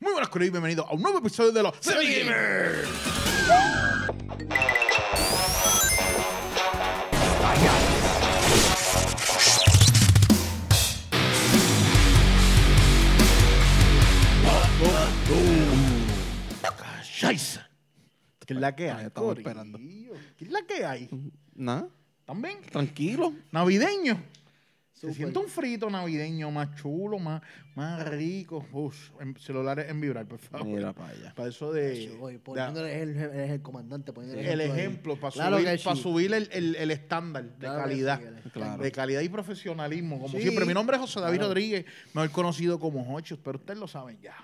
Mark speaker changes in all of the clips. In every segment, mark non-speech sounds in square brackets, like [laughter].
Speaker 1: Muy buenas, Curry, y bienvenidos a un nuevo episodio de los Semi Gamer. ¡Cállate!
Speaker 2: ¿Qué es la que hay?
Speaker 3: estamos
Speaker 2: corillo?
Speaker 3: esperando.
Speaker 2: ¿Qué es la que hay?
Speaker 3: Nada,
Speaker 1: También,
Speaker 3: tranquilo.
Speaker 1: navideño. Se
Speaker 2: Súper.
Speaker 1: siente un frito navideño más chulo, más, más rico. Uf, en- celulares en vibrar, por favor.
Speaker 3: Mira para allá.
Speaker 1: Para eso de.
Speaker 2: Yo voy
Speaker 1: de-
Speaker 2: poniéndole el, el, el comandante, poniéndole
Speaker 1: el
Speaker 2: ahí.
Speaker 1: ejemplo, para
Speaker 2: Claro
Speaker 1: subir,
Speaker 2: que
Speaker 1: pa'
Speaker 2: sí.
Speaker 1: subir el, el- el estándar de
Speaker 2: Claro que
Speaker 1: calidad.
Speaker 2: sí, el estándar.
Speaker 3: Claro.
Speaker 1: De calidad y profesionalismo, como
Speaker 2: Sí.
Speaker 1: siempre. Mi nombre es José David
Speaker 2: Claro.
Speaker 1: Rodríguez, mejor conocido como Hochos, pero ustedes lo saben ya.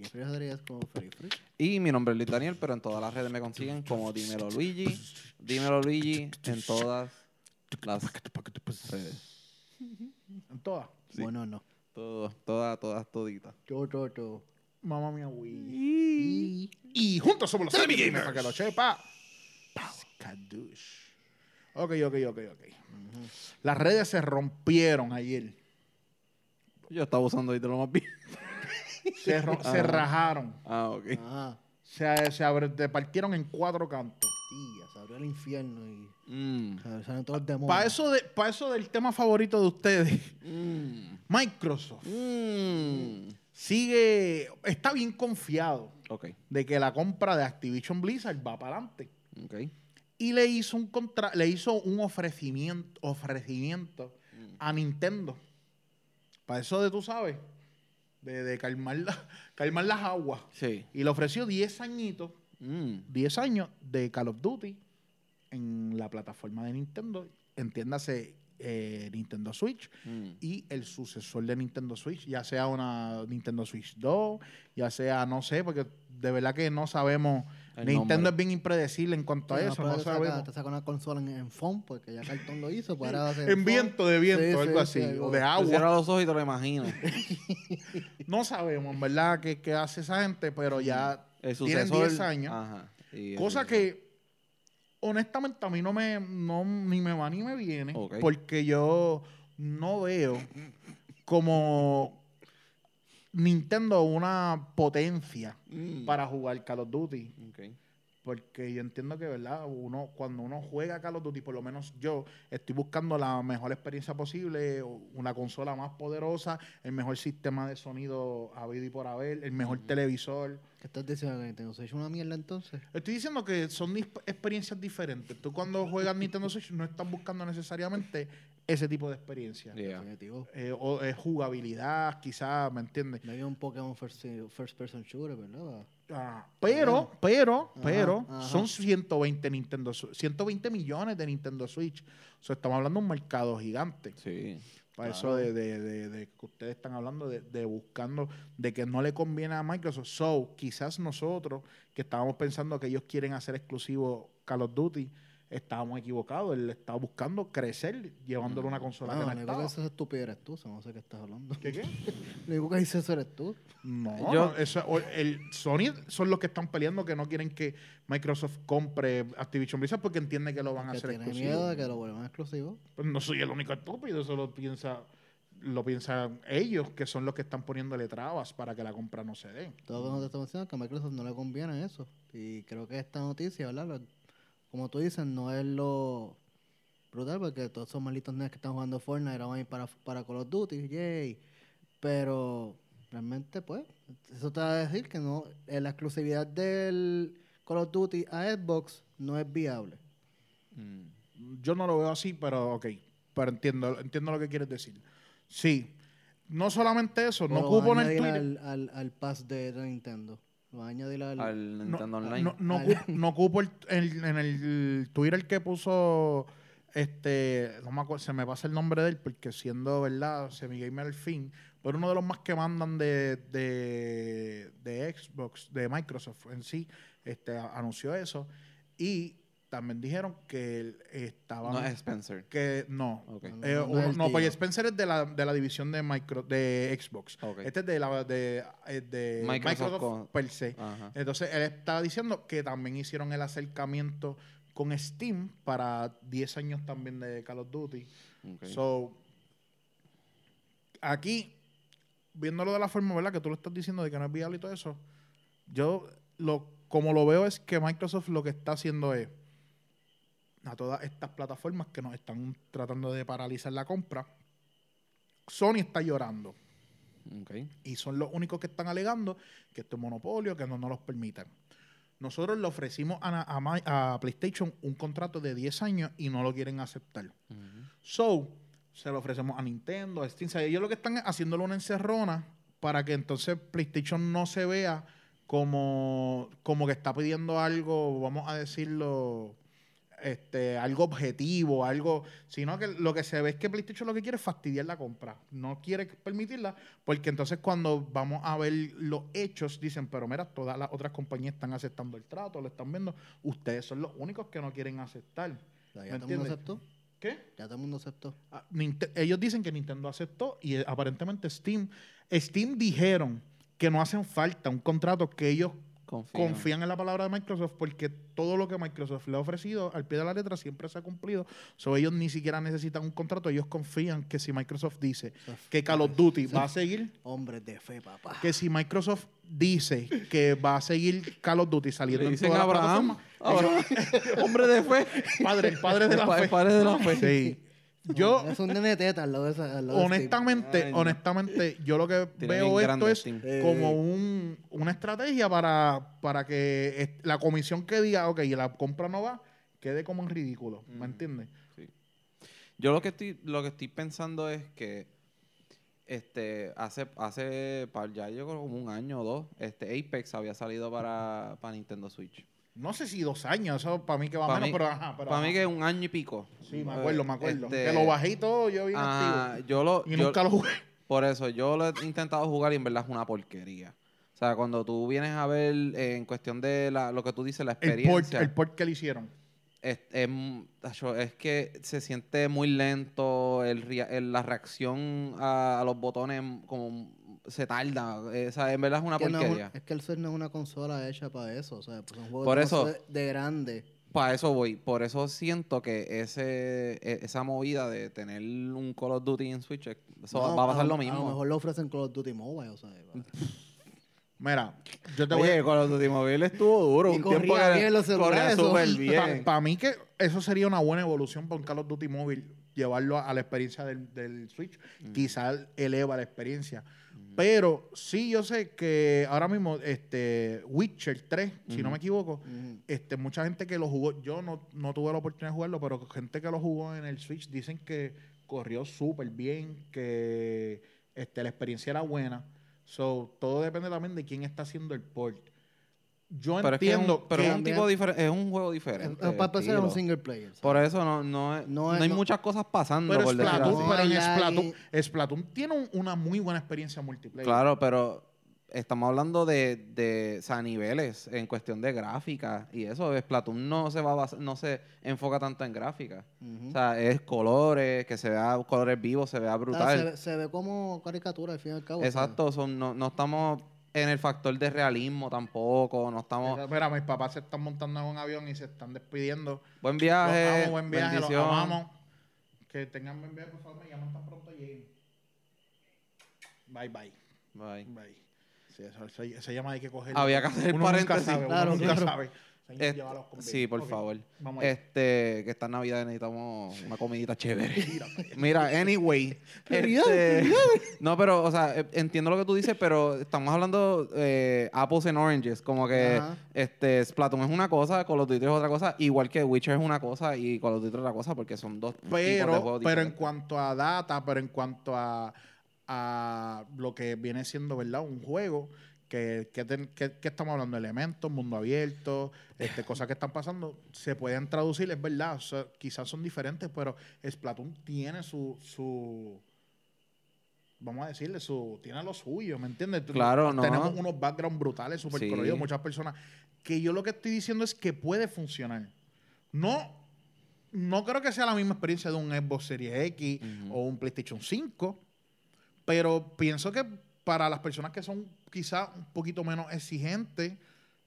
Speaker 2: Jeffrey Rodríguez como Free Free.
Speaker 3: Y mi nombre es Luis Daniel, pero en todas las redes me consiguen como Dímelo Luigi. Dímelo Luigi en todas las redes.
Speaker 1: En todas.
Speaker 2: Bueno, no.
Speaker 3: Todo, todas, todas, toditas.
Speaker 2: Yo, yo, yo.
Speaker 1: Mamá mía, Wii. Y juntos somos los Semi Gamers. Para que lo chepa. Kadush. Ok, ok, ok, ok. Las redes se rompieron ayer.
Speaker 3: Yo estaba usando ahí de lo más bien.
Speaker 1: Se,
Speaker 2: [laughs]
Speaker 1: ro- se
Speaker 3: Ah.
Speaker 1: rajaron.
Speaker 3: Ah, ok.
Speaker 1: Eh.
Speaker 2: Ajá.
Speaker 1: Se, se abre- se partieron en cuatro cantos.
Speaker 2: Tía, se abrió el infierno y
Speaker 3: Mm.
Speaker 2: se salen todos los demonios.
Speaker 1: Para eso, de- pa' eso del tema favorito de ustedes, [laughs]
Speaker 3: Mm.
Speaker 1: Microsoft
Speaker 3: Mm.
Speaker 1: sigue, está bien confiado
Speaker 3: Ok,
Speaker 1: de que la compra de Activision Blizzard va para adelante.
Speaker 3: ok.
Speaker 1: Y le hizo un contra, le hizo un ofrecimiento, ofrecimiento a Nintendo. Para eso de tú sabes, de, de calmar, la- [laughs] calmar las aguas.
Speaker 3: Sí.
Speaker 1: Y le ofreció 10 añitos,
Speaker 3: Mm.
Speaker 1: 10 años de Call of Duty en la plataforma de Nintendo. Entiéndase eh, Nintendo Switch.
Speaker 3: Mm.
Speaker 1: y el sucesor de Nintendo Switch, ya sea una Nintendo Switch 2, ya sea, no sé, porque de verdad que no sabemos.
Speaker 3: El
Speaker 1: Nintendo
Speaker 3: nombre.
Speaker 1: es bien impredecible en cuanto a
Speaker 2: Sí,
Speaker 1: eso,
Speaker 2: pero
Speaker 1: no
Speaker 2: te saca-
Speaker 1: sabemos.
Speaker 2: Te saca una consola en, en phone porque ya Cartón lo hizo. Para ahora va a ser
Speaker 1: En
Speaker 2: phone.
Speaker 1: viento, de viento,
Speaker 2: Sí, sí,
Speaker 1: algo
Speaker 2: sí,
Speaker 1: así,
Speaker 2: algo-
Speaker 1: o de
Speaker 3: Te
Speaker 1: agua.
Speaker 3: cierras los ojos y te lo imaginas.
Speaker 1: No sabemos, en verdad, qué, qué hace esa gente, pero ya
Speaker 3: El
Speaker 1: tienen
Speaker 3: sucesor.
Speaker 1: 10 años.
Speaker 3: Ajá. Y el-
Speaker 1: Cosa que, honestamente, a mí no me, no, ni me va ni me viene,
Speaker 3: Ok.
Speaker 1: porque yo no veo como Nintendo una potencia
Speaker 3: Mm.
Speaker 1: para jugar Call of Duty.
Speaker 3: Ok.
Speaker 1: Porque yo entiendo que, ¿verdad? Uno, cuando uno juega Call of Duty, por lo menos yo, estoy buscando la mejor experiencia posible, o una consola más poderosa, el mejor sistema de sonido habido y por haber, el mejor televisor.
Speaker 2: ¿Qué estás diciendo? ¿Que Nintendo Switch es una mierda entonces?
Speaker 1: Estoy diciendo que son dis- experiencias diferentes. Tú cuando juegas Nintendo Switch no estás buscando necesariamente ese tipo de experiencia.
Speaker 3: Yeah.
Speaker 2: Definitivo.
Speaker 1: Eh, o eh, jugabilidad, quizás, ¿me entiendes?
Speaker 2: No había un Pokémon first, first person shooter, ¿verdad?
Speaker 1: Ah, pero, pero,
Speaker 2: Ajá,
Speaker 1: pero,
Speaker 2: ajá.
Speaker 1: son 120 Nintendo Swi- 120 millones de Nintendo Switch. O sea, estamos hablando de un mercado gigante.
Speaker 3: Sí.
Speaker 1: Para eso
Speaker 2: Claro.
Speaker 1: de, de- de- de que ustedes están hablando, de, de buscando, de que no le conviene a Microsoft. So, quizás nosotros, que estábamos pensando que ellos quieren hacer exclusivo Call of Duty, estábamos equivocados. Él estaba buscando crecer,
Speaker 2: Mm.
Speaker 1: llevándole una consola
Speaker 2: No,
Speaker 1: que
Speaker 2: lo
Speaker 1: no
Speaker 2: único que
Speaker 1: estaba.
Speaker 2: haces estúpido eres tú, o sea, no sé qué estás hablando. [laughs]
Speaker 1: ¿Qué, qué?
Speaker 2: Lo único que dices eres tú.
Speaker 1: No,
Speaker 3: Yo-
Speaker 1: no, eso- o- el Sony son los que están peleando que no quieren que Microsoft compre Activision Blizzard porque entiende que lo van a
Speaker 2: que
Speaker 1: hacer
Speaker 2: tiene
Speaker 1: exclusivo.
Speaker 2: miedo de que lo vuelvan exclusivo.
Speaker 1: Pues no soy el único estúpido, eso lo piensa lo piensan ellos, que son los que están poniéndole trabas para que la compra no se dé.
Speaker 2: Todo lo que nosotros estamos diciendo es que a Microsoft no le conviene eso. Y creo que esta noticia, ¿verdad? Lo- como tú dices, no es lo brutal porque todos esos malditos nerds que están jugando Fortnite ahora van a ir para, para Call of Duty, yay. Pero realmente, pues, eso te va a decir que no eh, la exclusividad del Call of Duty a Xbox no es viable.
Speaker 3: Mm.
Speaker 1: Yo no lo veo así, pero ok, pero entiendo, entiendo lo que quieres decir. Sí, no solamente eso, no
Speaker 2: O lo van a
Speaker 1: ocupo en el
Speaker 2: añadir
Speaker 1: Twitter.
Speaker 2: Al, al, al pass de de Nintendo. Lo van a añadir al...
Speaker 3: Al
Speaker 1: No,
Speaker 3: Nintendo Online.
Speaker 1: no- no
Speaker 2: Al-
Speaker 1: ocu- no ocupo el- el- en el Twitter que puso este no me acuerdo, se me pasa el nombre de él porque siendo verdad semigamer al fin pero uno de los más que mandan de, de, de Xbox de Microsoft en sí este a- anunció eso y también dijeron que él estaba
Speaker 3: No es Spencer.
Speaker 1: que no
Speaker 3: Ok.
Speaker 1: Eh,
Speaker 2: No, no
Speaker 1: uno-
Speaker 2: es
Speaker 1: no,
Speaker 2: tío.
Speaker 1: porque Spencer es de la, de la división de micro de Xbox
Speaker 3: Ok.
Speaker 1: este es de la de, eh, de Microsoft,
Speaker 3: Microsoft con-
Speaker 1: per se
Speaker 3: Ajá.
Speaker 1: entonces él estaba diciendo que también hicieron el acercamiento con Steam para 10 años también de Call of Duty.
Speaker 3: Ok.
Speaker 1: So, aquí viéndolo de la forma, ¿verdad? Que tú lo estás diciendo de que no es viable y todo eso. Yo, lo, como lo veo, es que Microsoft lo que está haciendo es a todas estas plataformas que nos están tratando de paralizar la compra. Sony está llorando.
Speaker 3: Ok.
Speaker 1: Y son los únicos que están alegando que esto es monopolio, que no nos los permitan. Nosotros le ofrecimos a, na- a Mi- a PlayStation un contrato de 10 años y no lo quieren aceptar. So, se lo ofrecemos a Nintendo, a Steam. O sea, ellos lo que están es haciéndole una encerrona para que entonces PlayStation no se vea como, como que está pidiendo algo, vamos a decirlo, este, algo objetivo, algo. Sino que lo que se ve es que PlayStation lo que quiere es fastidiar la compra. No quiere permitirla, porque entonces cuando vamos a ver los hechos, dicen, pero mira, todas las otras compañías están aceptando el trato, lo están viendo. Ustedes son los únicos que no quieren aceptar. ¿Me
Speaker 2: Ya todo el mundo
Speaker 1: entiendes?
Speaker 2: aceptó.
Speaker 1: ¿Qué?
Speaker 2: Ya todo el mundo aceptó.
Speaker 1: Ah, Ninte- ellos dicen que Nintendo aceptó y eh, aparentemente Steam, Steam dijeron que no hacen falta un contrato que ellos
Speaker 3: Confío.
Speaker 1: confían en la palabra de Microsoft porque todo lo que Microsoft le ha ofrecido al pie de la letra siempre se ha cumplido. So, ellos ni siquiera necesitan un contrato, ellos confían que si Microsoft dice que Call of Duty va a seguir,
Speaker 2: Hombres de fe, papá.
Speaker 1: que si Microsoft dice que va a seguir Call of Duty
Speaker 3: Le
Speaker 1: saliendo en
Speaker 3: dicen
Speaker 1: todas las
Speaker 3: Abraham.
Speaker 1: plataformas,
Speaker 3: Abraham. [laughs] Hombre de fe.
Speaker 1: padre, el padre
Speaker 3: [laughs]
Speaker 1: de
Speaker 3: El
Speaker 1: la
Speaker 3: pa-
Speaker 1: fe.
Speaker 3: el padre de la fe.
Speaker 1: Sí. Yo,
Speaker 2: Es un nene teta al lado de esa. al lado de
Speaker 1: honestamente,
Speaker 3: Ay, no.
Speaker 1: honestamente, yo lo que
Speaker 3: Tiene
Speaker 1: veo
Speaker 3: bien
Speaker 1: esto
Speaker 3: grande
Speaker 1: es
Speaker 3: Steam.
Speaker 2: Eh.
Speaker 1: como un- una estrategia para, para que est- la comisión que diga, ok, la compra no va, quede como en ridículo, ¿me
Speaker 3: Mm.
Speaker 1: entiendes?
Speaker 3: Sí. Yo lo que estoy, lo que estoy pensando es que este hace hace par- ya yo creo como un año o dos, este Apex había salido para, para Nintendo Switch.
Speaker 1: No sé si dos años, eso para mí que va
Speaker 3: Pa'
Speaker 1: menos,
Speaker 3: mí-
Speaker 1: Ah, pero ajá. Pero,
Speaker 3: para
Speaker 1: ajá.
Speaker 3: mí que es un año y pico.
Speaker 1: Sí, me
Speaker 3: Eh,
Speaker 1: acuerdo, me acuerdo.
Speaker 3: este,
Speaker 1: que lo bajé y todo, yo bien
Speaker 3: ah,
Speaker 1: activo.
Speaker 3: yo lo
Speaker 1: Y
Speaker 3: yo-
Speaker 1: nunca lo jugué.
Speaker 3: Por eso, yo lo he intentado jugar y en verdad es una porquería. O sea, cuando tú vienes a ver eh, en cuestión de la- lo que tú dices, la
Speaker 1: El port,
Speaker 3: experiencia,
Speaker 1: el port que le hicieron.
Speaker 3: es, es m- tacho, es que se siente muy lento, el, rea- el- la reacción a, a los botones como se tarda. eh, o sea, en verdad es una
Speaker 2: que no es un-
Speaker 3: porquería.
Speaker 2: es que el Switch no es una consola hecha para eso. O sea, pues un juego
Speaker 3: Por
Speaker 2: de
Speaker 3: eso-
Speaker 2: consola de grande.
Speaker 3: Para eso voy. Por eso siento que ese e- esa movida de tener un Call of Duty en Switch, eh, eso
Speaker 2: No,
Speaker 3: va a pasar lo
Speaker 2: A lo
Speaker 3: mismo.
Speaker 2: mejor lo ofrecen Call of Duty
Speaker 3: [laughs]
Speaker 2: Mobile. O sea,
Speaker 1: Mira, yo te voy a...
Speaker 3: Oye, Call of Duty Mobile estuvo duro.
Speaker 2: Y
Speaker 3: un tiempo
Speaker 2: corría
Speaker 3: que
Speaker 2: bien los
Speaker 3: corría
Speaker 2: celulares,
Speaker 3: súper
Speaker 2: eso.
Speaker 3: Pues
Speaker 2: [laughs]
Speaker 3: bien.
Speaker 1: Para mí que eso sería una buena evolución para un Call of Duty móvil, llevarlo a, a la experiencia del, del Switch.
Speaker 3: Mm.
Speaker 1: Quizás eleva la experiencia. Pero sí, yo sé que ahora mismo este Witcher 3, si no
Speaker 3: Ujú.
Speaker 1: me equivoco,
Speaker 2: Ujú.
Speaker 1: este, mucha gente que lo jugó, yo no, no tuve la oportunidad de jugarlo, pero gente que lo jugó en el Switch dicen que corrió súper bien, que este, la experiencia era buena. So, todo depende también de quién está haciendo el port. Yo
Speaker 3: Pero es que es
Speaker 1: entiendo
Speaker 3: un, pero es un
Speaker 2: también-
Speaker 3: tipo diferente, es un juego diferente.
Speaker 2: Eh, para empezar es un
Speaker 3: estilo.
Speaker 2: single player. ¿sabes?
Speaker 3: Por eso no, no, es-
Speaker 2: No
Speaker 3: no,
Speaker 2: es-
Speaker 3: hay
Speaker 2: no-
Speaker 3: muchas cosas pasando,
Speaker 1: Pero
Speaker 3: por decirlo
Speaker 1: Splatoon,
Speaker 3: así.
Speaker 2: No,
Speaker 1: pero en
Speaker 2: ya
Speaker 1: Splatoon,
Speaker 2: hay-
Speaker 1: Splatoon tiene un- una muy buena experiencia multiplayer.
Speaker 3: Claro, pero estamos hablando de, de o sea, niveles en cuestión de gráfica y eso. Splatoon no se va a bas- no se enfoca tanto en gráfica.
Speaker 2: Ujú.
Speaker 3: O sea, es colores, que se vea colores vivos, se vea
Speaker 2: O sea, Ah, se,
Speaker 3: brutal.
Speaker 2: ve, se ve como caricatura al fin y al cabo. o sea.
Speaker 3: Exacto, son- no, no estamos en el factor de realismo tampoco, no estamos...
Speaker 1: Mira, mis papás se están montando en un avión y se están despidiendo.
Speaker 3: Buen
Speaker 1: Los
Speaker 3: viaje,
Speaker 1: amo, buen viaje, los
Speaker 3: bendición.
Speaker 1: amamos. Que tengan buen viaje, por favor, me llaman tan pronto lleguen. Bye, bye,
Speaker 3: Bye.
Speaker 1: bye. Sí, eso, eso- esa llamada hay que cogerla.
Speaker 3: Había que hacer
Speaker 1: uno nunca
Speaker 3: paréntesis.
Speaker 1: sabe, uno
Speaker 2: Claro,
Speaker 1: nunca
Speaker 2: claro.
Speaker 1: sabe. Señor,
Speaker 3: Este,
Speaker 1: llévalos con bien.
Speaker 3: sí, por
Speaker 1: Ok,
Speaker 3: favor.
Speaker 1: Vamos allá.
Speaker 3: Este, que esta Navidad necesitamos una comidita
Speaker 2: [laughs]
Speaker 3: chévere. Mira, anyway. este, no, pero, o sea, eh, entiendo lo que tú dices, pero estamos hablando eh, apples and oranges. Como que
Speaker 2: Ajá.
Speaker 3: este Splatoon es una cosa, Call of Duty es otra cosa, igual que Witcher es una cosa y Call of Duty es otra cosa, porque son dos tipos de
Speaker 1: pero,
Speaker 3: juegos
Speaker 1: pero en
Speaker 3: diferentes.
Speaker 1: cuanto a data, pero en cuanto a, a lo que viene siendo, ¿verdad? Un juego, que, que, ten- que- que estamos hablando, elementos, mundo abierto, este, cosas que están pasando, se pueden traducir, es verdad, o sea, quizás son diferentes, pero Splatoon tiene su... su Vamos a decirle, su, tiene lo suyo, ¿me entiendes? Tú-
Speaker 3: Claro, no.
Speaker 1: Tenemos unos backgrounds brutales, súper
Speaker 3: Sí.
Speaker 1: coloridos, muchas personas. Que yo lo que estoy diciendo es que puede funcionar. No no creo que sea la misma experiencia de un Xbox Series X
Speaker 3: Ujú.
Speaker 1: o un PlayStation 5, pero pienso que para las personas que son quizás un poquito menos exigentes,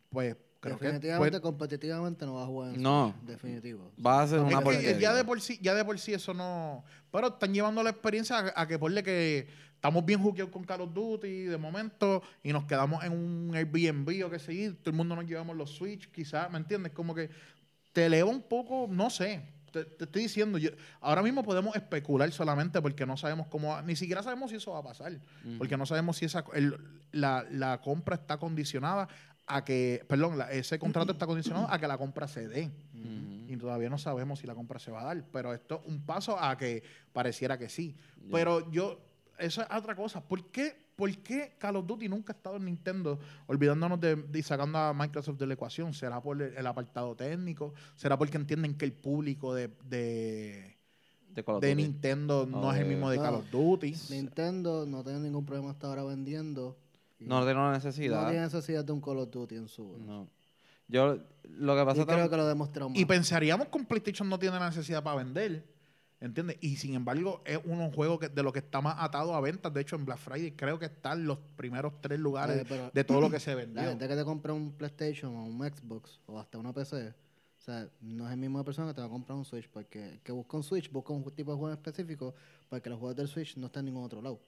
Speaker 1: pues Creo que
Speaker 2: definitivamente,
Speaker 1: puede-
Speaker 2: competitivamente no va a jugar en
Speaker 3: No.
Speaker 2: Switch, Definitivo.
Speaker 3: Va a ser
Speaker 1: Es
Speaker 3: una
Speaker 1: que
Speaker 3: porquería.
Speaker 1: ya de por sí, ya de por sí eso no. Pero están llevando la experiencia a, a que ponle que estamos bien jugueados con Call of Duty de momento y nos quedamos en un Airbnb o qué sé yo. Todo el mundo nos llevamos los Switch, quizás, ¿me entiendes? Como que te eleva un poco, no sé. Te, te estoy diciendo, yo- ahora mismo podemos especular solamente porque no sabemos cómo, va- ni siquiera sabemos si eso va a pasar,
Speaker 3: Ujú.
Speaker 1: porque no sabemos si esa, el- la, la compra está condicionada a que, perdón, la- ese
Speaker 3: [clears throat]
Speaker 1: contrato está condicionado a que la compra se dé
Speaker 3: Ujú.
Speaker 1: y todavía no sabemos si la compra se va a dar. Pero esto es un paso a que pareciera que sí. Pero yo, eso es otra cosa. ¿Por qué, por qué Call of Duty nunca ha estado en Nintendo? Olvidándonos de, de- y sacando a Microsoft de la ecuación. ¿Será por el, el apartado técnico? ¿Será porque entienden que el público de, de,
Speaker 3: De Call of
Speaker 1: de
Speaker 3: Duty.
Speaker 1: Nintendo no es el
Speaker 3: Eh,
Speaker 1: mismo de
Speaker 2: no.
Speaker 1: Call of Duty?
Speaker 2: Nintendo no tiene ningún problema hasta ahora vendiendo. y
Speaker 3: No tiene una
Speaker 2: no tiene
Speaker 3: necesidad.
Speaker 2: necesidad de un Call of Duty en su.
Speaker 3: No. Yo lo que
Speaker 2: Y
Speaker 3: pasa
Speaker 2: creo
Speaker 3: también
Speaker 2: que lo demostraron
Speaker 1: Y
Speaker 2: más.
Speaker 1: pensaríamos que un PlayStation no tiene la necesidad para vender. ¿Entiendes? Y sin embargo, es uno juego que, de lo que está más atado a ventas. De hecho, en Black Friday creo que están los primeros tres lugares
Speaker 2: Eh, pero
Speaker 1: de
Speaker 2: [clears throat]
Speaker 1: todo lo que se
Speaker 2: La
Speaker 1: vendió.
Speaker 2: gente que te compra un PlayStation o un Xbox o hasta una PC, o sea, no es el mismo persona que te va a comprar un Switch, porque el que busca un Switch busca un tipo de juego en específico, porque los juegos del Switch no están en ningún otro lado.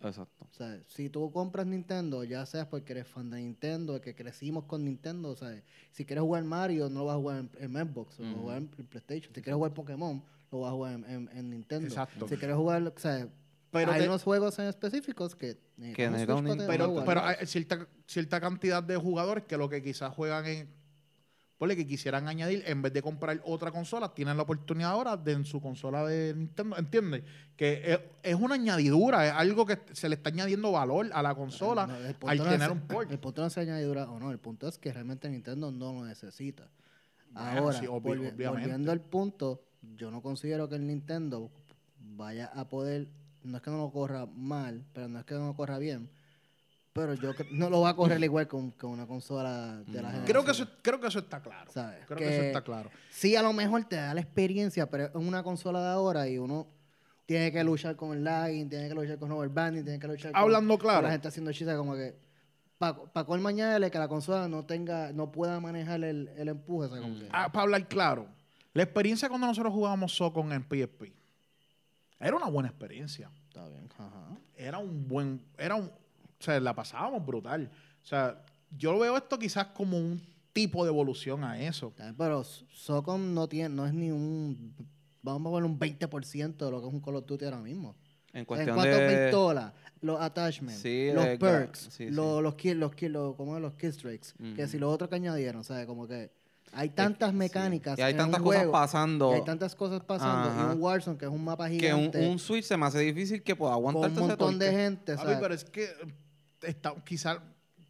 Speaker 3: Exacto.
Speaker 2: O sea, si tú compras Nintendo, ya seas porque eres fan de Nintendo, que crecimos con Nintendo, o sea, si quieres jugar Mario, no lo vas a jugar en, en Xbox, lo vas a
Speaker 3: Ujú.
Speaker 2: jugar en PlayStation. Si quieres jugar Pokémon, lo vas a jugar en, en- en Nintendo.
Speaker 1: Exacto.
Speaker 2: Si quieres jugar, o sea,
Speaker 1: Pero,
Speaker 2: hay
Speaker 1: te-
Speaker 2: unos juegos en específicos que eh,
Speaker 3: Que necesitan
Speaker 2: un
Speaker 3: un
Speaker 2: Switch para
Speaker 3: Nintendo.
Speaker 1: pero,
Speaker 2: jugar.
Speaker 1: pero hay cierta, cierta cantidad de jugadores que lo que quizás juegan en. Ponle que quisieran añadir, en vez de comprar otra consola, tienen la oportunidad ahora de en su consola de Nintendo. ¿Entiendes? Que es, es una añadidura, es algo que se le está añadiendo valor a la consola.
Speaker 2: No, el punto
Speaker 1: al
Speaker 2: no es-
Speaker 1: tener un port.
Speaker 2: El punto no es si añadidura o no, el punto es que realmente Nintendo no lo necesita.
Speaker 1: Bueno,
Speaker 2: Ahora,
Speaker 1: sí, obvi-
Speaker 2: volvi-
Speaker 1: obviamente.
Speaker 2: volviendo al punto, yo no considero que el Nintendo vaya a poder, no es que no lo corra mal, pero no es que no lo corra bien, pero yo cre- no lo va a
Speaker 1: [laughs]
Speaker 2: correr igual con, con una consola de la
Speaker 3: No.
Speaker 1: Creo que,
Speaker 2: generación,
Speaker 1: eso, creo que eso está claro.
Speaker 2: ¿sabes?
Speaker 1: Creo que eso
Speaker 2: Ah, Que
Speaker 1: está claro.
Speaker 2: Sí, a lo mejor te da la experiencia, pero es una consola de ahora y uno tiene que luchar con el lagging, tiene que luchar con overbanding, tiene que luchar con...
Speaker 1: Hablando claro.
Speaker 2: La gente haciendo chistes como que. Para colmo añádele que la consola no tenga, no pueda manejar el, el empuje. o sea, como
Speaker 3: Mm.
Speaker 2: que- ah,
Speaker 1: para hablar claro, la experiencia cuando nosotros jugábamos Socon en PSP era una buena experiencia.
Speaker 2: Está bien. Ajá.
Speaker 1: Era un buen. Era un, o sea, la pasábamos brutal. O sea, yo veo esto quizás como un tipo de evolución a eso.
Speaker 2: Está bien, Pero Socom no tiene, no es ni un vamos a poner un 20% de lo que es un Call of Duty ahora mismo.
Speaker 3: En
Speaker 2: O sea, En
Speaker 3: cuestión
Speaker 2: cuanto a
Speaker 3: de.
Speaker 2: pistolas, los attachments,
Speaker 3: Sí,
Speaker 2: los
Speaker 3: de gra-
Speaker 2: perks,
Speaker 3: sí,
Speaker 2: lo-
Speaker 3: sí.
Speaker 2: los kill, los kill, los, ¿cómo es? los kill streaks, que
Speaker 3: Ujú.
Speaker 2: si los otros que añadieron, ¿sabes? Como que hay tantas
Speaker 3: Sí.
Speaker 2: mecánicas.
Speaker 3: Y hay
Speaker 2: en
Speaker 3: tantas
Speaker 2: un
Speaker 3: cosas
Speaker 2: juego,
Speaker 3: pasando.
Speaker 2: y hay tantas cosas pasando.
Speaker 3: Ajá.
Speaker 2: Y un Warzone, que es un mapa
Speaker 3: que un,
Speaker 2: gigante.
Speaker 3: un Switch se me hace difícil que pueda
Speaker 2: con
Speaker 3: aguantar
Speaker 2: un montón de gente.
Speaker 1: Papi,
Speaker 2: ¿sabes?
Speaker 1: pero es que está, quizás.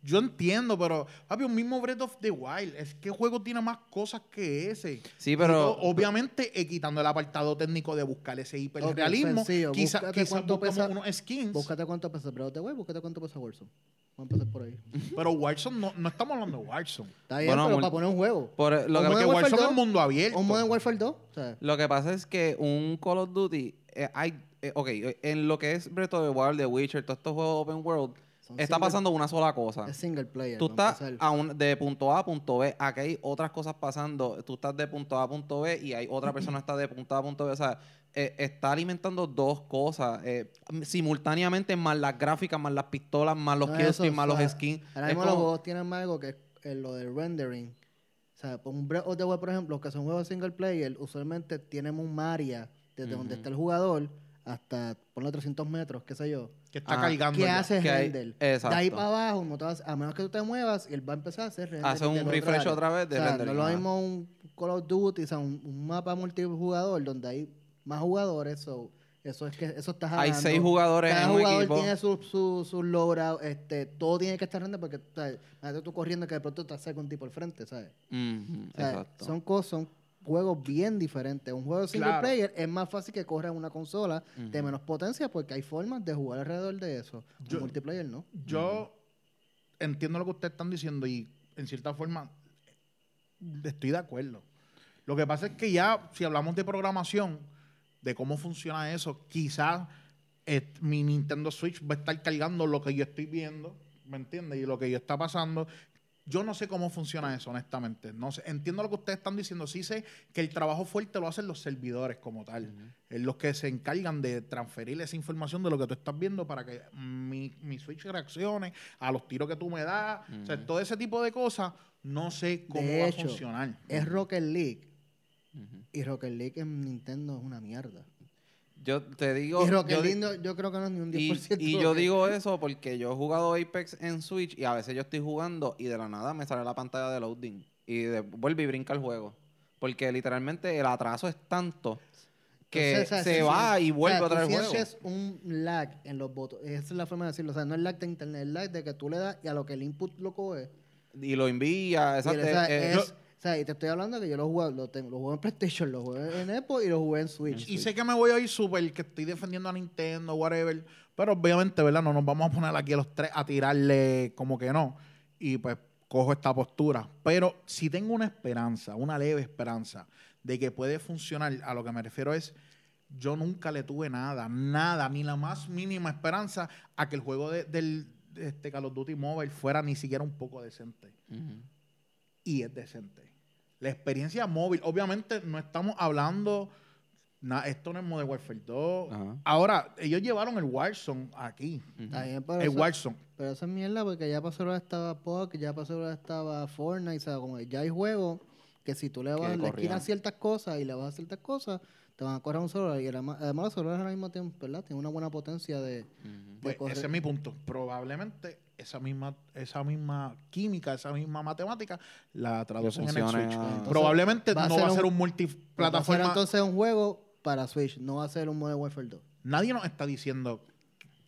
Speaker 1: Yo entiendo, pero, papi, un mismo Breath of the Wild. Es que el juego tiene más cosas que ese.
Speaker 3: Sí, pero-
Speaker 1: Y yo, obviamente, eh, quitando el apartado técnico de buscar ese hiperrealismo,
Speaker 2: Ok, sencillo,
Speaker 1: quizás
Speaker 2: búscate
Speaker 1: quizás
Speaker 2: cuánto
Speaker 1: buscamos
Speaker 2: pesa-
Speaker 1: unos skins.
Speaker 2: Búscate cuánto pesa Breath of the Wild, búscate cuánto pesa Warzone. Vamos a empezar por ahí.
Speaker 1: Pero Warzone, no, no estamos hablando de Warzone.
Speaker 2: Está bien,
Speaker 3: Bueno,
Speaker 2: pero
Speaker 3: mul-
Speaker 2: para poner un juego.
Speaker 3: Por, lo,
Speaker 2: Como
Speaker 3: que,
Speaker 1: Porque
Speaker 2: Modern Warfare
Speaker 1: Warzone es
Speaker 2: 2,
Speaker 1: un mundo abierto.
Speaker 2: Un Modern Warfare 2. O sea,
Speaker 3: lo que pasa es que un Call of Duty. eh, hay, eh, ok, eh, en lo que es Breath of the Wild, The Witcher, todos estos juegos open world,
Speaker 2: son
Speaker 3: está
Speaker 2: single-
Speaker 3: pasando una sola cosa.
Speaker 2: Es single player.
Speaker 3: Tú
Speaker 2: para
Speaker 3: estás
Speaker 2: empezar.
Speaker 3: a un- de punto A a punto B. Aquí hay otras cosas pasando. Tú estás de punto A a punto B y hay otra persona está de punto A a punto B. O sea, eh, está alimentando dos cosas eh, simultáneamente, más las gráficas, más las pistolas, más los
Speaker 2: No,
Speaker 3: kills,
Speaker 2: eso,
Speaker 3: más
Speaker 2: o sea,
Speaker 3: los skins.
Speaker 2: Ahora
Speaker 3: Es
Speaker 2: mismo los
Speaker 3: como-
Speaker 2: juegos tienen más algo que es eh, lo del rendering. O sea, por un Breath of the Wild, por ejemplo, que son juegos single player, usualmente tienen un área desde donde
Speaker 3: Ujú.
Speaker 2: está el jugador hasta, ponle 300 metros, qué sé yo.
Speaker 1: Que está
Speaker 3: Ah,
Speaker 1: cargando.
Speaker 2: ¿Qué
Speaker 1: ya.
Speaker 2: hace
Speaker 3: que hay-
Speaker 2: render?
Speaker 3: exacto.
Speaker 2: De ahí para abajo, no te vas- a menos que tú te muevas, él va a empezar a hacer render.
Speaker 3: Hace un refresh otra vez de
Speaker 2: o sea,
Speaker 3: rendering,
Speaker 2: No es
Speaker 3: ajá.
Speaker 2: lo mismo un Call of Duty, o sea, un, un mapa multijugador donde hay más jugadores, so, eso es que eso está
Speaker 3: Hay
Speaker 2: jalando.
Speaker 3: seis jugadores
Speaker 2: Cada
Speaker 3: en un
Speaker 2: jugador
Speaker 3: equipo.
Speaker 2: tiene sus su, su logra, este, todo tiene que estar render porque o sea, imagínate tú corriendo que de pronto te saca un tipo al frente, ¿sabes?
Speaker 3: Ujú,
Speaker 2: O sea,
Speaker 3: exacto.
Speaker 2: son cosas, son juegos bien diferentes. Un juego single
Speaker 1: Claro.
Speaker 2: player es más fácil que corra en una consola de
Speaker 3: Ujú.
Speaker 2: menos potencia porque hay formas de jugar alrededor de eso. Un
Speaker 1: Yo-
Speaker 2: multiplayer no.
Speaker 1: Yo entiendo lo que ustedes están diciendo y, en cierta forma, estoy de acuerdo. Lo que pasa es que ya, si hablamos de programación, de cómo funciona eso, quizás eh, mi Nintendo Switch va a estar cargando lo que yo estoy viendo, ¿me entiendes? Y lo que yo está pasando. Yo no sé cómo funciona eso, honestamente. No sé. Entiendo lo que ustedes están diciendo. Sí sé que el trabajo fuerte lo hacen los servidores como tal. Eh, Los que se encargan de transferir esa información de lo que tú estás viendo para que mi, mi Switch reaccione a los tiros que tú me das. O sea,
Speaker 3: Ujú.
Speaker 1: todo ese tipo de cosas, no sé cómo
Speaker 2: De
Speaker 1: va
Speaker 2: hecho,
Speaker 1: a funcionar.
Speaker 2: Es Rocket League.
Speaker 3: Ujú.
Speaker 2: Y Rocket League en Nintendo es una mierda.
Speaker 3: Yo te digo.
Speaker 2: y Rocket
Speaker 3: yo di-
Speaker 2: League no- yo creo que no es ni un
Speaker 3: Y,
Speaker 2: 10%.
Speaker 3: y yo digo eso porque yo he jugado Apex en Switch y a veces yo estoy jugando y de la nada me sale la pantalla de loading y de, vuelve y brinca el juego. Porque literalmente el atraso es tanto que
Speaker 2: Entonces, o sea,
Speaker 3: se
Speaker 2: sí,
Speaker 3: va
Speaker 2: sí.
Speaker 3: y vuelve
Speaker 2: O sea,
Speaker 3: otra
Speaker 2: tú
Speaker 3: vez el juego.
Speaker 2: sientes un lag en los botones. Esa es la forma de decirlo. O sea, no es lag de internet, es lag de que tú le das y a lo que el input lo coge.
Speaker 3: Y lo envía.
Speaker 2: Y,
Speaker 3: Exacto.
Speaker 2: o sea,
Speaker 3: eh,
Speaker 2: es- o sea, y te estoy hablando que yo lo jugué, lo, tengo, lo jugué en PlayStation, lo jugué en Apple y lo jugué en Switch.
Speaker 1: Y sé que me voy a ir súper, que estoy defendiendo a Nintendo, whatever. Pero obviamente, ¿verdad? No nos vamos a poner aquí a los tres a tirarle como que no. Y pues cojo esta postura. Pero si tengo una esperanza, una leve esperanza de que puede funcionar, a lo que me refiero es, yo nunca le tuve nada, nada, ni la más mínima esperanza a que el juego de- del de este Call of Duty Mobile fuera ni siquiera un poco decente
Speaker 3: ujú.
Speaker 1: y es decente. La experiencia móvil, obviamente no estamos hablando, na- esto no es Modern Warfare 2.
Speaker 3: Ajá.
Speaker 1: Ahora, ellos llevaron el Warzone aquí,
Speaker 2: Está bien, pero
Speaker 1: el
Speaker 2: eso-
Speaker 1: Warzone.
Speaker 2: Pero esa es mierda porque ya pasó ahora estaba POC, ya pasó ahora estaba Fortnite, o sea, como ya hay juegos que si tú le vas a la
Speaker 3: corrían.
Speaker 2: esquina a ciertas cosas y le vas a ciertas cosas, te van a correr un celular. Y además además los celulares al mismo tiempo, ¿verdad? Tienen una buena potencia de...
Speaker 3: Ujú.
Speaker 1: Pues,
Speaker 2: corre-
Speaker 1: ese es mi punto. Probablemente esa misma, esa misma química, esa misma matemática la traducen en el
Speaker 3: funcione
Speaker 1: Switch.
Speaker 3: a-
Speaker 2: Entonces,
Speaker 1: Probablemente
Speaker 2: va a
Speaker 1: no
Speaker 2: ser
Speaker 1: va a
Speaker 2: un-
Speaker 1: ser un
Speaker 2: Plataforma.
Speaker 1: multiplataforma.
Speaker 2: entonces un juego para Switch, no va a ser un Modern Warfare 2.
Speaker 1: Nadie nos está diciendo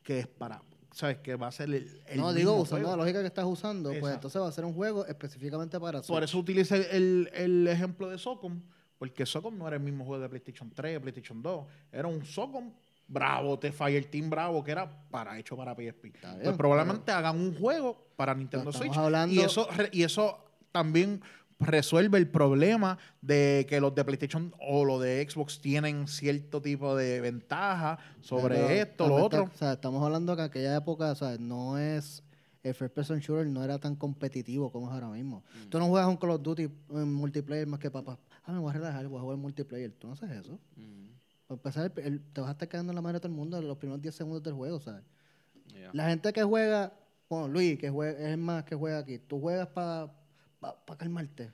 Speaker 1: que es para, ¿sabes? Que va a ser el. el
Speaker 2: no, digo,
Speaker 1: mismo
Speaker 2: usando
Speaker 1: juego.
Speaker 2: la lógica que estás usando, pues
Speaker 1: Exacto.
Speaker 2: entonces va a ser un juego específicamente para Switch.
Speaker 1: Por eso utilicé el, el ejemplo de Socom, porque Socom no era el mismo juego de PlayStation 3, PlayStation 2. Era un Socom bravo, te Fire Team bravo, que era para hecho para PSP.
Speaker 2: bien,
Speaker 1: pues probablemente hagan un juego para Nintendo
Speaker 2: estamos
Speaker 1: Switch.
Speaker 2: hablando-
Speaker 1: Y eso, re- y eso también resuelve el problema de que los de PlayStation o los de Xbox tienen cierto tipo de ventaja sobre
Speaker 2: Pero,
Speaker 1: esto, lo
Speaker 2: estamos-
Speaker 1: otro.
Speaker 2: O sea, estamos hablando que en aquella época, o sea, no es. El first person shooter no era tan competitivo como es ahora mismo.
Speaker 3: Mm.
Speaker 2: Tú no juegas un Call of Duty en multiplayer más que papá. Ah, me voy a relajar, voy a jugar multiplayer. Tú no haces eso.
Speaker 3: Ujú.
Speaker 2: Para empezar, el- el- te vas a estar quedando en la madre de todo el mundo en los primeros 10 segundos del juego, ¿sabes?
Speaker 3: Ya.
Speaker 2: La gente que juega, bueno, Luis, que juega, es el más que juega aquí, tú juegas para calmarte.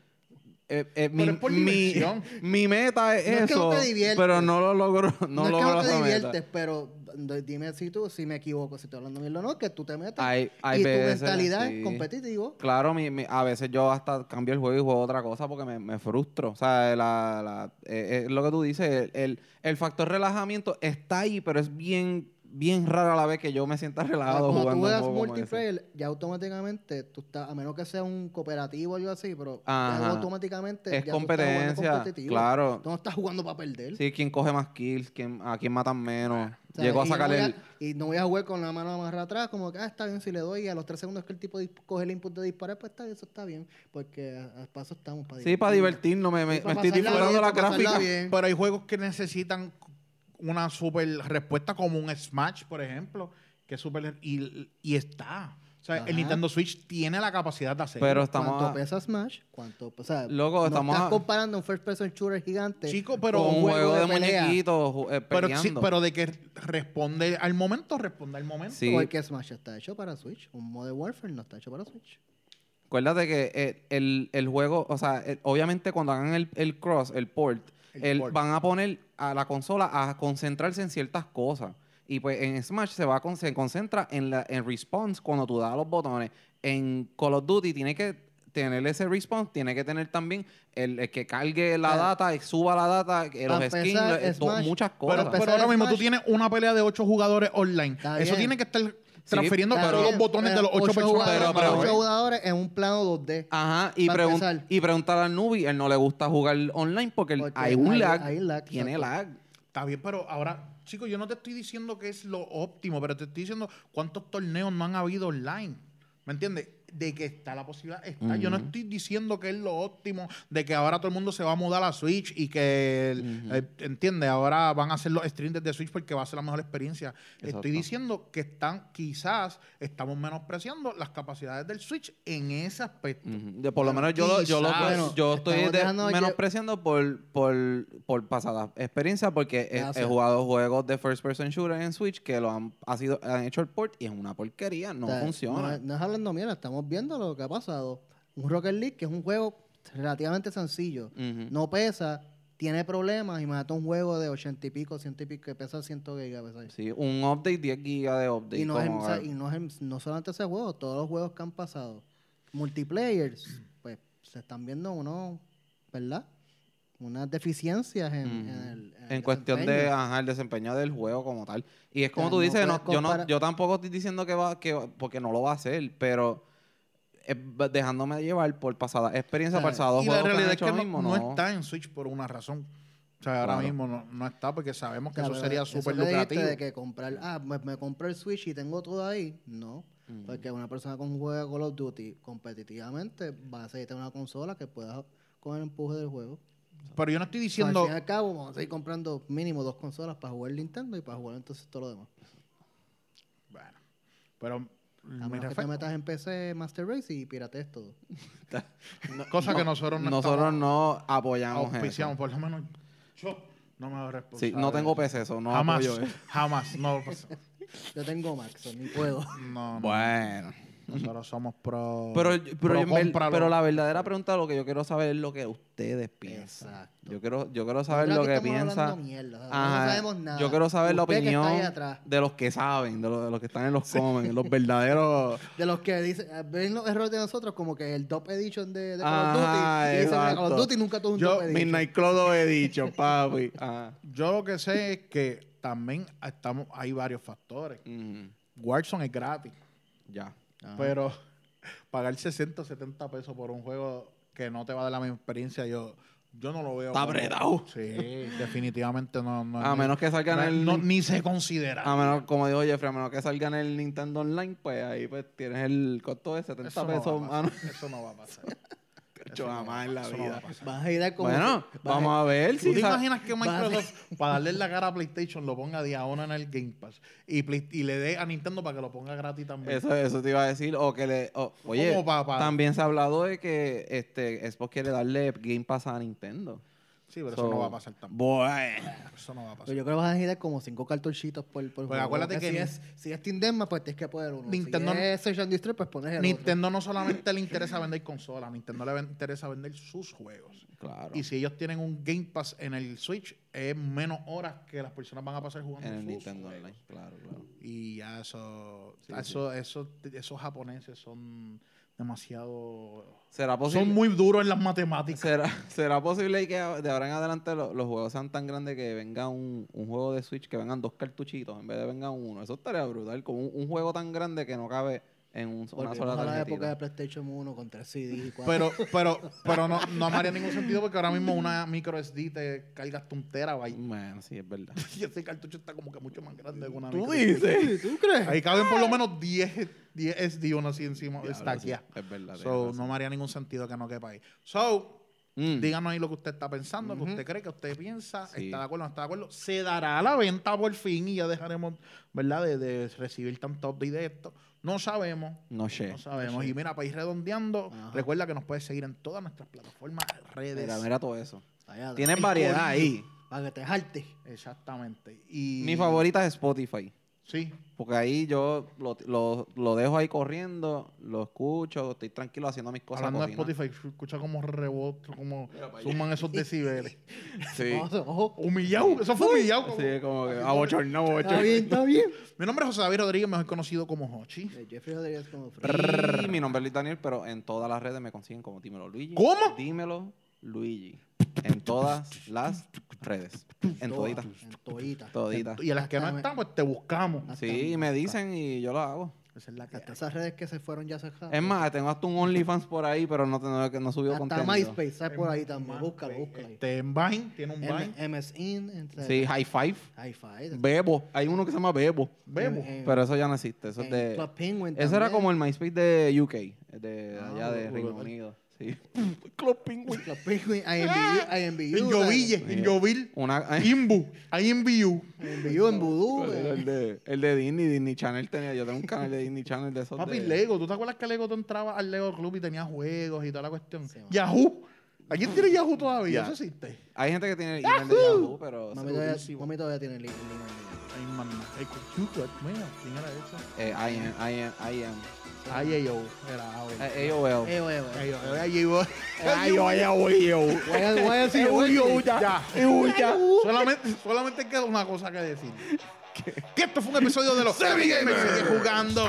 Speaker 3: Eh, eh, mi,
Speaker 1: Pero es por
Speaker 3: mi-
Speaker 1: diversión.
Speaker 3: [laughs] mi meta es
Speaker 2: No es que no
Speaker 3: eso,
Speaker 2: te diviertes.
Speaker 3: pero no lo logro. No,
Speaker 2: No, es que
Speaker 3: logro
Speaker 2: no te
Speaker 3: esa meta.
Speaker 2: diviertes, pero d- dime si tú, si me equivoco, si estoy hablando bien o no, que tú te metas.
Speaker 3: Hay- hay
Speaker 2: y tu
Speaker 3: veces,
Speaker 2: mentalidad
Speaker 3: sí.
Speaker 2: es competitivo.
Speaker 3: Claro, mi- mi- a veces yo hasta cambio el juego y juego otra cosa porque me, me frustro. O sea, la, la- eh, eh, lo que tú dices, el, el- el factor relajamiento está ahí, pero es bien, bien rara la vez que yo me sienta relajado
Speaker 2: Cuando
Speaker 3: jugando.
Speaker 2: tú
Speaker 3: un
Speaker 2: juegas
Speaker 3: juego como ese.
Speaker 2: multiplayer, ya automáticamente tú estás, a menos que sea un cooperativo o algo así, pero
Speaker 3: Ajá.
Speaker 2: ya automáticamente
Speaker 3: Es
Speaker 2: ya tú estás jugando
Speaker 3: competencia,
Speaker 2: competitivo.
Speaker 3: claro.
Speaker 2: Tú no estás jugando para perder.
Speaker 3: Sí, quién coge más kills, quién, a quién matan menos.
Speaker 2: O sea,
Speaker 3: Llegó a
Speaker 2: y no
Speaker 3: sacarle
Speaker 2: voy
Speaker 3: el...
Speaker 2: Y no voy a jugar con la mano amarrada atrás, como que, ah, está bien, si le doy, y a los tres segundos que el tipo dis- coge el input de disparar, pues está bien, eso está bien, porque a- al paso estamos para
Speaker 3: Sí, para divertirnos, me, me-
Speaker 2: Sí, para
Speaker 3: me estoy
Speaker 2: pasarla
Speaker 3: disfrutando
Speaker 2: bien,
Speaker 3: la
Speaker 2: para pasarla
Speaker 3: gráfica.
Speaker 2: bien.
Speaker 1: Pero hay juegos que necesitan una super respuesta como un Smash, por ejemplo, que es super y, y está. O sea,
Speaker 2: Ajá.
Speaker 1: el Nintendo Switch tiene la capacidad de hacerlo.
Speaker 3: Pero estamos...
Speaker 2: ¿Cuánto
Speaker 3: a-
Speaker 2: pesa Smash? ¿Cuánto? O sea,
Speaker 3: Loco,
Speaker 2: no
Speaker 3: estamos a-
Speaker 2: estás comparando un first person shooter gigante.
Speaker 1: chico, pero
Speaker 3: con un juego de,
Speaker 2: pelea.
Speaker 3: muñequitos ju- eh,
Speaker 1: pero, sí,
Speaker 3: peleando.
Speaker 1: pero de que responde al momento, responde al momento.
Speaker 3: Sí.
Speaker 2: Porque Smash está hecho para Switch. Un Modern Warfare no está hecho para Switch.
Speaker 3: Acuérdate que eh, el, el juego, o sea, el- obviamente cuando hagan el, el cross, el port,
Speaker 1: El
Speaker 3: el-
Speaker 1: port.
Speaker 3: van a poner a la consola a concentrarse en ciertas cosas. Y pues en Smash se va a con- se concentra en la en response cuando tú das los botones. En Call of Duty tiene que tener ese response, tiene que tener también el, el que cargue la
Speaker 2: Claro.
Speaker 3: data, el- suba la data, que los
Speaker 2: Para
Speaker 3: skins,
Speaker 2: empezar,
Speaker 3: lo- to-
Speaker 2: Smash-
Speaker 3: muchas
Speaker 1: Pero,
Speaker 3: cosas.
Speaker 1: pero
Speaker 2: empezar
Speaker 1: ahora
Speaker 2: el
Speaker 1: mismo tú
Speaker 2: Smash-
Speaker 1: tienes una pelea de ocho jugadores online.
Speaker 2: Está
Speaker 1: Eso
Speaker 2: bien.
Speaker 1: tiene que estar transfiriendo
Speaker 3: está
Speaker 1: todos los
Speaker 2: bien,
Speaker 1: botones de
Speaker 2: pero
Speaker 1: los ocho, personas. eh.
Speaker 2: jugadores,
Speaker 3: Pero- pero-
Speaker 2: ocho jugadores en un plano 2D.
Speaker 3: Ajá, y,
Speaker 2: Para
Speaker 3: pregun-
Speaker 2: empezar.
Speaker 3: y preguntar al Nubi, él no le gusta jugar online porque, él-
Speaker 2: Porque
Speaker 3: hay un
Speaker 2: hay-
Speaker 3: lag,
Speaker 2: hay lag,
Speaker 3: tiene
Speaker 2: exacto.
Speaker 3: lag.
Speaker 1: Está bien, pero ahora, chicos, yo no te estoy diciendo que es lo óptimo, pero te estoy diciendo cuántos torneos no han habido online. ¿Me entiendes? de que está la posibilidad. Está. Yo no
Speaker 3: Ujú.
Speaker 1: estoy diciendo que es lo óptimo, de que ahora todo el mundo se va a mudar a Switch y que,
Speaker 3: Ujú.
Speaker 1: eh, ¿entiendes? Ahora van a hacer los streams desde Switch porque va a ser la mejor experiencia.
Speaker 3: Exacto.
Speaker 1: Estoy diciendo que están, quizás estamos menospreciando las capacidades del Switch en ese aspecto.
Speaker 3: Ujú. De- por lo
Speaker 1: Bueno,
Speaker 3: menos yo, lo- yo, lo, pues,
Speaker 1: quizás.
Speaker 2: Bueno,
Speaker 3: yo estoy
Speaker 2: estamos
Speaker 3: de-
Speaker 2: dejando-
Speaker 3: menospreciando por, por, por pasada experiencia porque he,
Speaker 2: Gracias.
Speaker 3: he jugado juegos de first person shooter en Switch que lo han, ha sido, han hecho el port y es una porquería, no
Speaker 2: O sea, No,
Speaker 3: funciona.
Speaker 2: es- no es hablando mierda, estamos viendo lo que ha pasado. Un Rocket League que es un juego relativamente sencillo.
Speaker 3: Ujú.
Speaker 2: No pesa, tiene problemas. Imagínate un juego de 80 y pico, 100 y pico, que pesa 100 gigas. ¿sabes?
Speaker 3: Sí, un update 10 gigas de update.
Speaker 2: Y, no, es,
Speaker 3: como
Speaker 2: o sea,
Speaker 3: al-
Speaker 2: y no, es el- no solamente ese juego, todos los juegos que han pasado. Multiplayers, pues se están viendo unos, ¿verdad? Unas deficiencias en,
Speaker 3: Ujú.
Speaker 2: en el-
Speaker 3: en
Speaker 2: el
Speaker 3: cuestión de
Speaker 2: desempeño.
Speaker 3: ajá, el desempeño del juego como tal. Y es como
Speaker 2: sea,
Speaker 3: tú
Speaker 2: no
Speaker 3: dices, no-
Speaker 2: puedes
Speaker 3: yo, no,
Speaker 2: comparar-
Speaker 3: yo tampoco estoy diciendo que va, que va- porque no lo va a hacer, pero eh, b- dejándome llevar por pasada experiencia,
Speaker 2: Claro.
Speaker 3: pasados
Speaker 1: Y la
Speaker 3: juegos que han
Speaker 1: realidad es
Speaker 3: hecho
Speaker 1: que
Speaker 3: lo
Speaker 1: no,
Speaker 3: mismo,
Speaker 1: no
Speaker 3: no.
Speaker 1: está en Switch por una razón. O sea, ahora
Speaker 3: Claro.
Speaker 1: mismo no, no está porque sabemos que
Speaker 2: Claro,
Speaker 1: eso sería
Speaker 2: eso
Speaker 1: súper
Speaker 2: que dijiste
Speaker 1: lucrativo.
Speaker 2: De que comprar, ah, me, me compré el Switch y tengo todo ahí. No.
Speaker 3: Ujú.
Speaker 1: Mm.
Speaker 2: Porque una persona con juega Call of Duty competitivamente va a necesitar una consola que pueda con el empuje del juego.
Speaker 1: Pero yo no estoy
Speaker 2: O sea,
Speaker 1: diciendo...
Speaker 2: al fin y al cabo, vamos a seguir comprando mínimo dos consolas para jugar Nintendo y para jugar entonces todo lo demás.
Speaker 1: Bueno, pero...
Speaker 3: Mm,
Speaker 2: A
Speaker 1: me
Speaker 2: menos que te
Speaker 1: refiero-
Speaker 2: metas en PC Master Race y piratees todo.
Speaker 1: cosa que nosotros no
Speaker 3: Nosotros
Speaker 1: estamos
Speaker 3: no apoyamos eso.
Speaker 1: auspiciamos, por lo menos yo no me hago responsable.
Speaker 3: Sí, no tengo peso eso, no
Speaker 1: jamás,
Speaker 3: apoyo eso.
Speaker 1: jamás,
Speaker 3: [laughs]
Speaker 1: no, pues,
Speaker 2: Yo tengo Max, ni puedo.
Speaker 1: no, no.
Speaker 3: Bueno.
Speaker 1: nosotros somos pro,
Speaker 3: Pero, pero,
Speaker 1: pro
Speaker 3: yo en ver-
Speaker 1: cómpralo.
Speaker 3: pero la verdadera pregunta, lo que yo quiero saber es lo que ustedes piensan.
Speaker 2: Exacto.
Speaker 3: Yo quiero, yo quiero saber
Speaker 2: Nosotros
Speaker 3: lo
Speaker 2: aquí
Speaker 3: que
Speaker 2: estamos
Speaker 3: piensa.
Speaker 2: hablando mierda, o sea,
Speaker 3: Ajá.
Speaker 2: No sabemos nada.
Speaker 3: Yo quiero saber la
Speaker 2: Usted que está ahí
Speaker 3: opinión
Speaker 2: atrás,
Speaker 3: de los que saben, de, lo- de los que están en los comments, los
Speaker 1: [laughs]
Speaker 3: verdaderos.
Speaker 2: De los que dicen, eh, ven los errores de nosotros, como que el top edition de, de Call of
Speaker 3: Ajá,
Speaker 2: Duty. Y dicen, "Mira, Call of
Speaker 3: exacto.
Speaker 2: Duty nunca tuvo un
Speaker 1: Yo,
Speaker 2: top edition.
Speaker 3: Midnight Club lo
Speaker 1: [laughs]
Speaker 3: he dicho, papi. Ajá.
Speaker 1: Yo lo que sé es que también estamos, hay varios factores.
Speaker 3: Mm,
Speaker 1: Warzone es gratis,
Speaker 3: ya.
Speaker 2: Ajá.
Speaker 1: pero [laughs] pagar 60 70 pesos por un juego que no te va a dar la misma experiencia, yo, yo no lo veo.
Speaker 3: Está
Speaker 1: como-
Speaker 3: apretado.
Speaker 1: Sí, definitivamente no. no
Speaker 3: A menos que salgan
Speaker 1: no-
Speaker 3: el.
Speaker 1: no-
Speaker 3: Ah,
Speaker 1: ni se considera.
Speaker 3: A menos, como dijo Jeffrey, a menos que salgan el Nintendo Online, pues ahí pues tienes el costo de 70
Speaker 1: Eso no va a
Speaker 3: pesos,
Speaker 1: pasar,
Speaker 3: mano.
Speaker 1: Eso no va a pasar.
Speaker 3: [laughs]
Speaker 1: Eso
Speaker 3: Yo
Speaker 1: no va a
Speaker 3: jamás en la
Speaker 1: pasar, eso no
Speaker 3: vida.
Speaker 1: va a pasar.
Speaker 2: Vas a ir a como.
Speaker 3: Bueno,
Speaker 2: vas a-
Speaker 3: vamos a ver
Speaker 1: ¿Tú
Speaker 3: si.
Speaker 1: te
Speaker 3: sa-
Speaker 1: imaginas que Microsoft, para darle la cara a PlayStation, lo ponga de ahora en el Game Pass y, Play- y le dé a Nintendo para que lo ponga gratis también?
Speaker 3: Eso, eso te iba a decir. O que le. o- oye,
Speaker 1: Como papá.
Speaker 3: también se ha hablado de que este Xbox quiere darle Game Pass a Nintendo.
Speaker 1: Sí, pero
Speaker 3: So,
Speaker 1: eso no va a pasar tampoco.
Speaker 3: Bueno.
Speaker 1: Eso no va a pasar.
Speaker 2: Pero yo creo que vas a girar como cinco cartuchitos por, por
Speaker 1: Pues acuérdate que
Speaker 2: si
Speaker 1: ni-
Speaker 2: es, si es Team Deathmatch, pues tienes que poner uno.
Speaker 1: Nintendo-
Speaker 2: Si es Search and Destroy, pues pones el
Speaker 1: Nintendo no solamente le interesa vender consolas, a Nintendo le ven- interesa vender sus juegos.
Speaker 3: Claro.
Speaker 1: Y si ellos tienen un Game Pass en el Switch, es menos horas que las personas van a pasar jugando
Speaker 3: en el
Speaker 1: sus
Speaker 3: Nintendo
Speaker 1: juegos.
Speaker 3: Online. Claro, claro.
Speaker 1: Y ya eso,
Speaker 3: Sí,
Speaker 1: eso, eso- esos japoneses son demasiado...
Speaker 3: ¿Será
Speaker 1: Son
Speaker 3: posible,
Speaker 1: muy duros en las matemáticas.
Speaker 3: ¿será, [laughs] será posible que a- de ahora en adelante lo- los juegos sean tan grandes que venga un, un juego de Switch que vengan dos cartuchitos en vez de venga uno? Eso estaría brutal. Como un, un juego tan grande que no cabe en un- una
Speaker 2: Volvemos
Speaker 3: sola
Speaker 2: a la época de
Speaker 3: tarjetita.
Speaker 2: PlayStation 1 con 3 CD y 4.
Speaker 1: Pero,
Speaker 3: [laughs]
Speaker 1: pero, pero no, no me haría ningún sentido porque ahora mismo una micro SD te cargas tu un terabyte.
Speaker 3: Bueno, sí, es verdad.
Speaker 1: [laughs] Y ese cartucho está como que mucho más grande que una
Speaker 3: ¿Tú
Speaker 1: micro
Speaker 3: dices? ¿Tú crees? Eh.
Speaker 1: Ahí caben por lo menos 10, 10 SD uno así encima. está aquí.
Speaker 3: Es verdad.
Speaker 1: So,
Speaker 3: tienes
Speaker 1: no me haría ningún sentido que no quepa ahí. So,
Speaker 3: razón. Mm.
Speaker 1: díganos ahí lo que usted está pensando, que
Speaker 2: Ujú.
Speaker 1: usted cree, que usted piensa,
Speaker 3: Sí.
Speaker 1: está de acuerdo, no está de acuerdo. Se dará a la venta por fin y ya dejaremos, ¿verdad?, de, de recibir tanto update de esto. No sabemos.
Speaker 3: No sé.
Speaker 1: No sabemos. Y mira, para ir redondeando,
Speaker 2: Ajá.
Speaker 1: recuerda que nos puedes seguir en todas nuestras plataformas, redes.
Speaker 3: Mira, mira todo eso.
Speaker 2: Allá,
Speaker 3: Tienen
Speaker 2: el
Speaker 3: variedad ahí.
Speaker 2: corillo, Para que te jarte.
Speaker 1: Exactamente. Y
Speaker 3: Mi favorita es Spotify.
Speaker 1: Sí.
Speaker 3: Porque ahí yo lo, lo- lo dejo ahí corriendo, lo escucho, estoy tranquilo haciendo mis cosas.
Speaker 1: Hablando de
Speaker 3: cocinar.
Speaker 1: Spotify, escucha como reboto, como
Speaker 3: Mira pa' allá.
Speaker 1: suman esos decibeles.
Speaker 3: Sí.
Speaker 1: [laughs]
Speaker 2: Ojo, ojo.
Speaker 1: Humillado, eso fue humillado. como-
Speaker 3: Sí, como que
Speaker 1: [laughs]
Speaker 3: "Ah, abochornado,
Speaker 2: Está
Speaker 3: abochornado.
Speaker 2: bien, está bien.
Speaker 1: Mi nombre es José David Rodríguez, mejor conocido como Hochi.
Speaker 2: Eh, Jeffrey Rodríguez como
Speaker 3: Y mi nombre es Luis Daniel, pero en todas las redes me consiguen como Dímelo Luigi.
Speaker 1: ¿Cómo?
Speaker 3: Dímelo Luigi. En todas las redes. En toditas.
Speaker 2: En todita.
Speaker 3: Toditas.
Speaker 1: Y a las que no
Speaker 2: Hasta me-
Speaker 1: están, pues te buscamos.
Speaker 2: hasta
Speaker 3: Sí, y me dicen y yo lo hago.
Speaker 1: Esa es la que
Speaker 2: Hasta esas redes que se fueron ya cerradas.
Speaker 3: Es más, tengo hasta un OnlyFans por ahí, pero no, no, no subió
Speaker 2: Hasta
Speaker 3: contenido.
Speaker 2: MySpace, ¿sabes? Por ahí también. Búscalo, búscalo. ahí.
Speaker 1: Este, en Vine, tiene un Vine.
Speaker 2: M- MSN, entre-
Speaker 3: Sí, High Five.
Speaker 2: Hi-Fi.
Speaker 3: Bebo. Hay uno que se llama Bebo.
Speaker 1: Vemos.
Speaker 2: en-
Speaker 3: Pero eso ya no existe. Eso es
Speaker 2: en
Speaker 3: de...
Speaker 2: Eh, Club Penguin
Speaker 3: Eso era
Speaker 2: también.
Speaker 3: como el MySpace de UK, de
Speaker 2: Ah,
Speaker 3: allá de
Speaker 2: brutal.
Speaker 3: Reino Unido. Sí. Club Penguin.
Speaker 2: [laughs] Club Penguin,
Speaker 3: [laughs]
Speaker 2: IMBU, IMBU.
Speaker 1: ¡Ah! En Yoville,
Speaker 3: Mira.
Speaker 1: en Yoville.
Speaker 3: Una,
Speaker 2: [laughs]
Speaker 3: [laughs]
Speaker 1: Imbu, IMBU.
Speaker 2: IMBU en Voodoo.
Speaker 3: Pero
Speaker 2: eh.
Speaker 3: el, de, el de Disney, Disney Channel tenía. Yo tengo un canal de Disney Channel de esos.
Speaker 1: Papi,
Speaker 3: de-
Speaker 1: Lego. ¿Tú te acuerdas que Lego tú entrabas al Lego Club y tenías juegos y toda la cuestión?
Speaker 2: Sí, mano.
Speaker 1: Yahoo. ¿A quién tiene Yahoo todavía?
Speaker 3: Ya.
Speaker 1: Eso existe.
Speaker 3: Hay gente que tiene el email de Yahoo, pero.
Speaker 2: Mami todavía- mami todavía tiene el link. el link, el link.
Speaker 1: Ay, man. Ay, computer. Mira, ¿quién era eso?
Speaker 3: Eh, I am, I am, I am.
Speaker 1: IAO. Era AOL.
Speaker 3: Eh, AOL.
Speaker 2: Eh, oye, oye.
Speaker 1: IAO. Era IAO.
Speaker 2: Voy a- voy
Speaker 3: Eh,
Speaker 2: a decir
Speaker 1: Eh,
Speaker 2: Yahoo.
Speaker 1: Solamente, solamente queda una cosa
Speaker 2: [laughs]
Speaker 1: que decir. Que esto fue un episodio de los Semi Gamers. Sigue jugando.